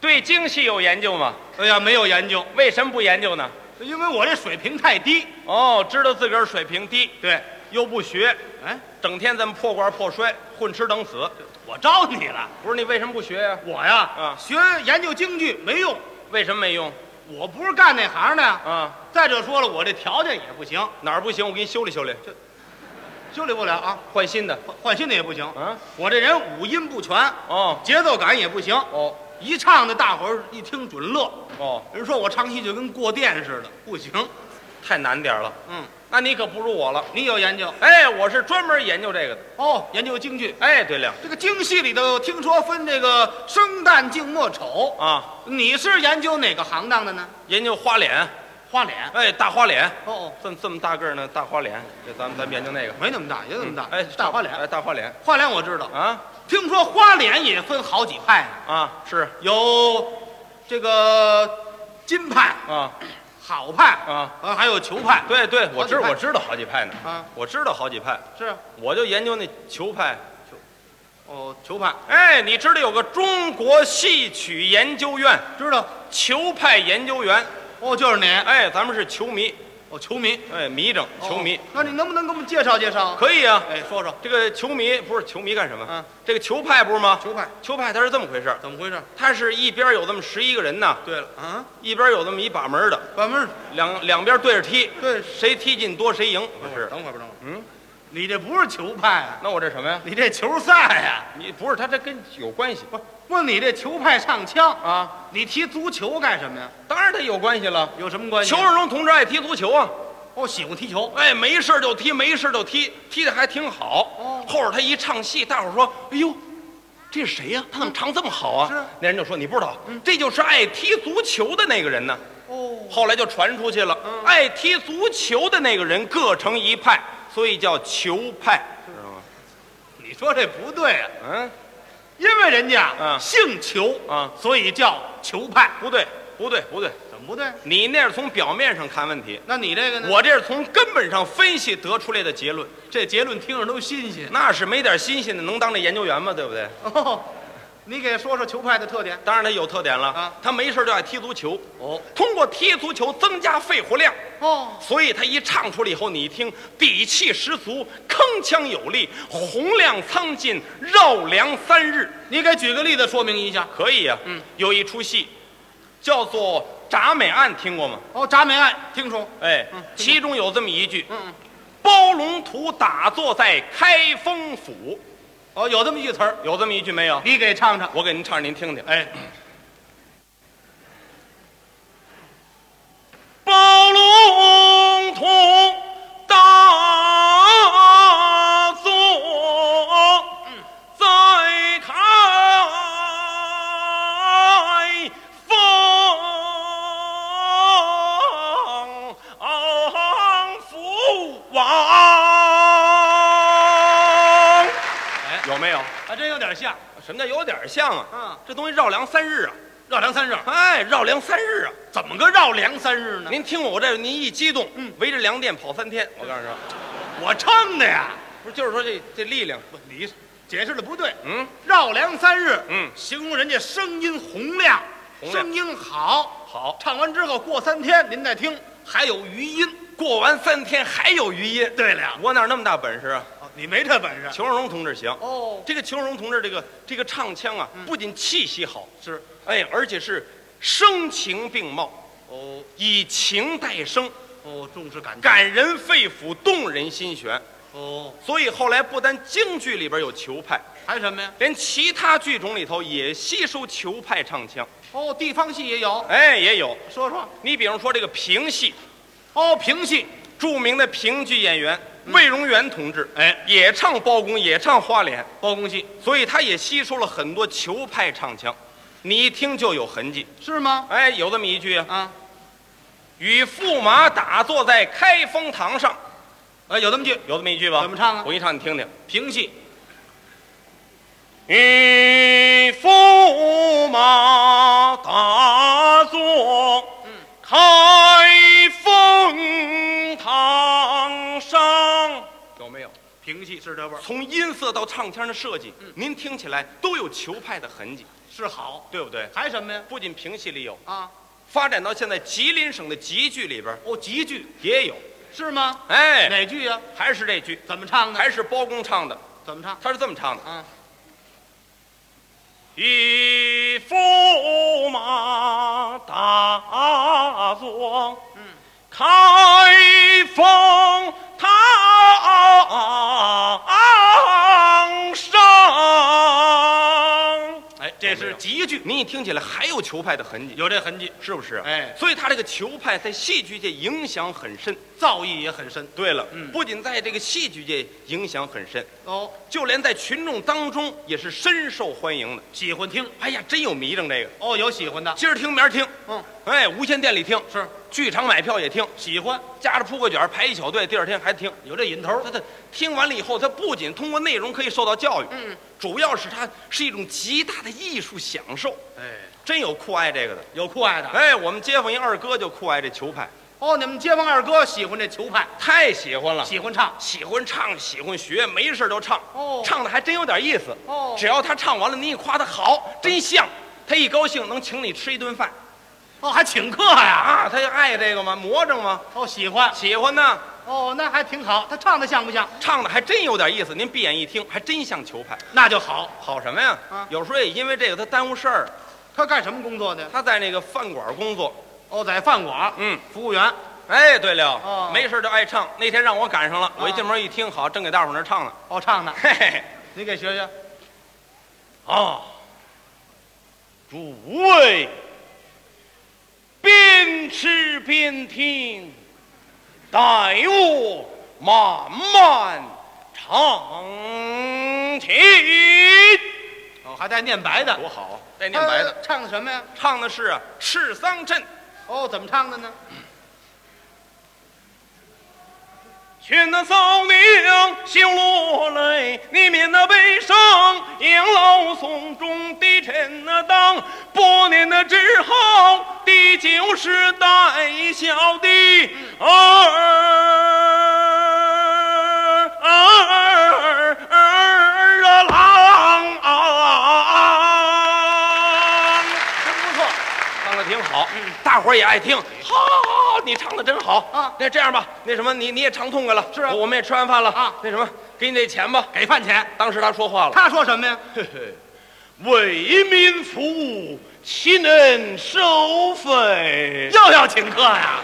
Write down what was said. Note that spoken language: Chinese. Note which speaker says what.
Speaker 1: 对京戏有研究吗？
Speaker 2: 哎呀，没有研究，
Speaker 1: 为什么不研究呢？
Speaker 2: 因为我这水平太低。
Speaker 1: 哦，知道自个儿水平低，
Speaker 2: 对，
Speaker 1: 又不学，
Speaker 2: 哎，
Speaker 1: 整天这么破罐破摔，混吃等死。
Speaker 2: 我招你了。
Speaker 1: 不是你为什么不学呀、
Speaker 2: 我呀，
Speaker 1: 啊
Speaker 2: 学研究京剧没用，
Speaker 1: 为什么没用？
Speaker 2: 我不是干那行的呀。
Speaker 1: 啊，
Speaker 2: 再者说了，我这条件也不行，
Speaker 1: 哪儿不行？我给你修理修理，
Speaker 2: 修理不了啊，
Speaker 1: 换新的。
Speaker 2: 换换新的也不行。
Speaker 1: 啊，
Speaker 2: 我这人五音不全，
Speaker 1: 哦
Speaker 2: 节奏感也不行，
Speaker 1: 哦
Speaker 2: 一唱的大伙儿一听准乐。
Speaker 1: 哦，
Speaker 2: 人说我唱戏就跟过电似的，不行。
Speaker 1: 太难点儿了。
Speaker 2: 嗯，
Speaker 1: 那你可不如我了。
Speaker 2: 你有研究
Speaker 1: 哎，我是专门研究这个的。
Speaker 2: 哦，研究京剧。
Speaker 1: 哎，对了，
Speaker 2: 这个京戏里头听说分这个生旦净末丑，
Speaker 1: 啊，
Speaker 2: 你是研究哪个行当的呢？
Speaker 1: 研究花脸，
Speaker 2: 花脸。
Speaker 1: 哎，大花脸，
Speaker 2: 哦哦，
Speaker 1: 这么这么大个儿呢，大花脸，这咱们咱们研究那个。
Speaker 2: 没那么大，也那么大。
Speaker 1: 哎，
Speaker 2: 大花脸。
Speaker 1: 哎，大花脸
Speaker 2: 花脸我知道，
Speaker 1: 啊
Speaker 2: 听说花脸也分好几派呢，
Speaker 1: 啊是
Speaker 2: 有这个金派、
Speaker 1: 啊
Speaker 2: 好派，
Speaker 1: 啊，
Speaker 2: 啊，还有球派。
Speaker 1: 对对，我知
Speaker 2: 好几派
Speaker 1: 我知道好几派呢，
Speaker 2: 啊，
Speaker 1: 我知道好几派，
Speaker 2: 是啊
Speaker 1: 我就研究那球派。
Speaker 2: 哦，球派
Speaker 1: 哎，你知道有个中国戏曲研究院
Speaker 2: 知道，
Speaker 1: 球派研究员？
Speaker 2: 哦，就是你，
Speaker 1: 哎，咱们是球迷，
Speaker 2: 哦，球迷，
Speaker 1: 哎，迷整球迷
Speaker 2: 哦，那你能不能给我们介绍介绍？
Speaker 1: 可以啊。
Speaker 2: 哎，说说
Speaker 1: 这个球迷不是球迷干什么？
Speaker 2: 嗯，
Speaker 1: 这个球派不是吗？
Speaker 2: 球派
Speaker 1: 球派它是这么回事儿，
Speaker 2: 怎么回事？
Speaker 1: 它是一边有这么十一个人呢，
Speaker 2: 对了，啊，
Speaker 1: 一边有这么一把门儿的，
Speaker 2: 把门儿
Speaker 1: 两两边对着踢，
Speaker 2: 对，哦
Speaker 1: 谁踢进多谁赢。不是，
Speaker 2: 等会儿吧，等会儿，
Speaker 1: 嗯，
Speaker 2: 你这不是球派啊，
Speaker 1: 那我这什么呀？
Speaker 2: 你这球赛啊呀、
Speaker 1: 你不是他这跟有关系
Speaker 2: 不是，不是你这球派唱腔，
Speaker 1: 啊？
Speaker 2: 你踢足球干什么呀？
Speaker 1: 当然他有关系了。
Speaker 2: 有什么关系？
Speaker 1: 邱世荣同志爱踢足球啊，
Speaker 2: 哦，喜欢踢球，
Speaker 1: 哎，没事儿就踢，没事儿就踢，踢的还挺好。
Speaker 2: 哦
Speaker 1: 后边他一唱戏，大伙儿说：“哎呦，这是谁呀、他怎么唱这么好啊？”
Speaker 2: 是啊
Speaker 1: 那人就说：“你不知道，这就是爱踢足球的那个人呢。”
Speaker 2: 哦，
Speaker 1: 后来就传出去了，爱踢足球的那个人各成一派，所以叫球派，知道吗？
Speaker 2: 你说这不对啊，
Speaker 1: 嗯，
Speaker 2: 因为人家
Speaker 1: 嗯
Speaker 2: 姓裘
Speaker 1: 啊
Speaker 2: 所以叫裘派，
Speaker 1: 不对，不对，不对，
Speaker 2: 怎么不对？
Speaker 1: 你那是从表面上看问题，
Speaker 2: 那你这个呢？
Speaker 1: 我这是从根本上分析得出来的结论，
Speaker 2: 这结论听着都新鲜。
Speaker 1: 那是没点新鲜的能当这研究员吗？对不对？
Speaker 2: 哦，你给说说裘派的特点
Speaker 1: 当然他有特点了，
Speaker 2: 啊
Speaker 1: 他没事就爱踢足球，
Speaker 2: 哦
Speaker 1: 通过踢足球增加肺活量，
Speaker 2: 哦，
Speaker 1: 所以他一唱出来以后，你一听底气十足，铿锵有力，洪亮苍劲，绕梁三日，
Speaker 2: 你给举个例子说明一下。
Speaker 1: 可以呀、啊
Speaker 2: 嗯，
Speaker 1: 有一出戏叫做《铡美案》，听过吗？
Speaker 2: 哦，铡美案听说，
Speaker 1: 哎，
Speaker 2: 嗯听过
Speaker 1: 其中有这么一句：
Speaker 2: 嗯嗯，
Speaker 1: 包龙图打坐在开封府。
Speaker 2: 哦，有这么一句词儿，
Speaker 1: 有这么一句没有？
Speaker 2: 你给唱唱。
Speaker 1: 我给您唱，您听听。
Speaker 2: 哎，
Speaker 1: 包龙图打坐在开封府王，有没有？
Speaker 2: 还啊真有点像。
Speaker 1: 什么叫有点像啊？
Speaker 2: 嗯，
Speaker 1: 这东西绕梁三日啊！
Speaker 2: 绕梁三日，
Speaker 1: 哎，绕梁三日啊！
Speaker 2: 怎么个绕梁三日呢？
Speaker 1: 您听我这，您一激动，
Speaker 2: 嗯
Speaker 1: 围着粮店跑三天。嗯嗯我告诉你说，
Speaker 2: 我撑的呀。
Speaker 1: 不是，就是说这这力量，
Speaker 2: 不，你解释的不对。
Speaker 1: 嗯，
Speaker 2: 绕梁三日，
Speaker 1: 嗯
Speaker 2: 形容人家声音洪亮，
Speaker 1: 洪亮
Speaker 2: 声音好。
Speaker 1: 好，
Speaker 2: 唱完之后过三天您再听，还有余音。
Speaker 1: 过完三天还有余音，
Speaker 2: 对了，
Speaker 1: 我哪那么大本事啊？
Speaker 2: 哦你没这本事。
Speaker 1: 裘荣同志行，
Speaker 2: 哦，
Speaker 1: 这个裘荣同志这个这个唱腔啊，不仅气息好，
Speaker 2: 是
Speaker 1: 哎，而且是声情并茂，
Speaker 2: 哦
Speaker 1: 以情代声，
Speaker 2: 哦，重视感情
Speaker 1: 感人肺腑，动人心弦。
Speaker 2: 哦，
Speaker 1: 所以后来不单京剧里边有裘派，
Speaker 2: 还有什么呀？
Speaker 1: 连其他剧种里头也吸收裘派唱腔，
Speaker 2: 哦，地方戏也有，
Speaker 1: 哎，也有。
Speaker 2: 说说。
Speaker 1: 你比如说这个评戏，
Speaker 2: 哦，评戏，
Speaker 1: 著名的评剧演员魏荣元同志，
Speaker 2: 嗯哎，
Speaker 1: 也唱包公，也唱花脸，
Speaker 2: 包公戏
Speaker 1: 所以他也吸收了很多裘派唱腔，你一听就有痕迹。
Speaker 2: 是吗？
Speaker 1: 哎，有这么一句啊，
Speaker 2: 啊，
Speaker 1: 与驸马打坐在开封堂上，
Speaker 2: 哎，有这么句
Speaker 1: 有这么一句吧？
Speaker 2: 怎么唱啊
Speaker 1: 我给你唱，你听听。
Speaker 2: 评戏，
Speaker 1: 与驸马打坐开封堂上，有没有？
Speaker 2: 评戏是这味儿，
Speaker 1: 从音色到唱腔的设计，您听起来都有球派的痕迹，
Speaker 2: 是好。
Speaker 1: 对不对？
Speaker 2: 还什么呀？
Speaker 1: 不仅评戏里有，
Speaker 2: 啊，
Speaker 1: 发展到现在吉林省的吉剧里边
Speaker 2: 哦，极句
Speaker 1: 也有。
Speaker 2: 是吗？
Speaker 1: 哎，
Speaker 2: 哪句呀？
Speaker 1: 还是这句，
Speaker 2: 怎么唱呢？
Speaker 1: 还是包公唱的，
Speaker 2: 怎么唱？
Speaker 1: 他是这么唱的。
Speaker 2: 啊，
Speaker 1: 一驸马大庄，开封堂上。哎，
Speaker 2: 这
Speaker 1: 这
Speaker 2: 是
Speaker 1: 是
Speaker 2: 极句，
Speaker 1: 您一听起来还有球派的痕迹，
Speaker 2: 有这痕迹，
Speaker 1: 是不是？
Speaker 2: 哎
Speaker 1: 所以他这个球派在戏剧界影响很深。
Speaker 2: 造诣也很深。
Speaker 1: 对了，
Speaker 2: 嗯
Speaker 1: 不仅在这个戏剧界影响很深，
Speaker 2: 哦，
Speaker 1: 就连在群众当中也是深受欢迎的。
Speaker 2: 喜欢听。
Speaker 1: 哎呀，真有迷瞪这个，
Speaker 2: 哦，有喜欢的，
Speaker 1: 今儿听明儿听，
Speaker 2: 嗯，
Speaker 1: 哎，无线电里听，
Speaker 2: 是
Speaker 1: 剧场买票也听，
Speaker 2: 喜欢，
Speaker 1: 夹着铺个卷儿排一小队，第二天还听。
Speaker 2: 有这瘾头
Speaker 1: 他他听完了以后，他不仅通过内容可以受到教育，嗯，主要是他是一种极大的艺术享受，
Speaker 2: 哎，
Speaker 1: 真有酷爱这个的。
Speaker 2: 有酷爱的。
Speaker 1: 哎，我们街坊一二哥就酷爱这球派，
Speaker 2: 哦，你们街坊二哥喜欢这球派，
Speaker 1: 太喜欢了，
Speaker 2: 喜欢唱。
Speaker 1: 喜欢唱，喜欢学，没事儿就唱，
Speaker 2: 哦
Speaker 1: 唱的还真有点意思。
Speaker 2: 哦
Speaker 1: 只要他唱完了，你一夸他好，真像，他一高兴能请你吃一顿饭
Speaker 2: 哦，还请客呀、
Speaker 1: 啊，他就爱这个吗？魔怔吗？
Speaker 2: 哦，喜欢。
Speaker 1: 喜欢呢，
Speaker 2: 哦，那还挺好。他唱的像不像？
Speaker 1: 唱的还真有点意思。您闭眼一听，还真像球派。
Speaker 2: 那就好。
Speaker 1: 好什么呀？
Speaker 2: 啊
Speaker 1: 有时候也因为这个他耽误事儿。
Speaker 2: 他干什么工作的？
Speaker 1: 他在那个饭馆工作，
Speaker 2: 哦，在饭馆，
Speaker 1: 嗯，
Speaker 2: 服务员。
Speaker 1: 哎，对了，
Speaker 2: 啊哦啊
Speaker 1: 没事就爱唱。那天让我赶上了，我一进门一听，好，正给大伙儿那儿唱呢，
Speaker 2: 哦，唱的，
Speaker 1: 嘿嘿。
Speaker 2: 你给学学。
Speaker 1: 啊，诸位，边吃边听，待我慢慢唱起。
Speaker 2: 哦，还带念白的。
Speaker 1: 多好，带念白的，
Speaker 2: 他唱的什么呀？
Speaker 1: 唱的是啊赤桑镇。
Speaker 2: 哦，怎么唱的呢？
Speaker 1: 劝那嫂娘休落泪，你免那悲伤。养老送终的臣那当，百年的之后，第九世代小的儿儿儿啊郎啊！
Speaker 2: 真不错。
Speaker 1: 唱的挺好，大伙儿也爱听。好，好好你唱的真好
Speaker 2: 啊
Speaker 1: 那这样吧，那什么，你你也唱痛快了，
Speaker 2: 是啊
Speaker 1: 我我们也吃完饭了
Speaker 2: 啊
Speaker 1: 那什么，给你这钱吧。
Speaker 2: 给饭钱。
Speaker 1: 当时他说话了，
Speaker 2: 他说什么呀？
Speaker 1: 为民服务，岂能收费？
Speaker 2: 又要请客呀？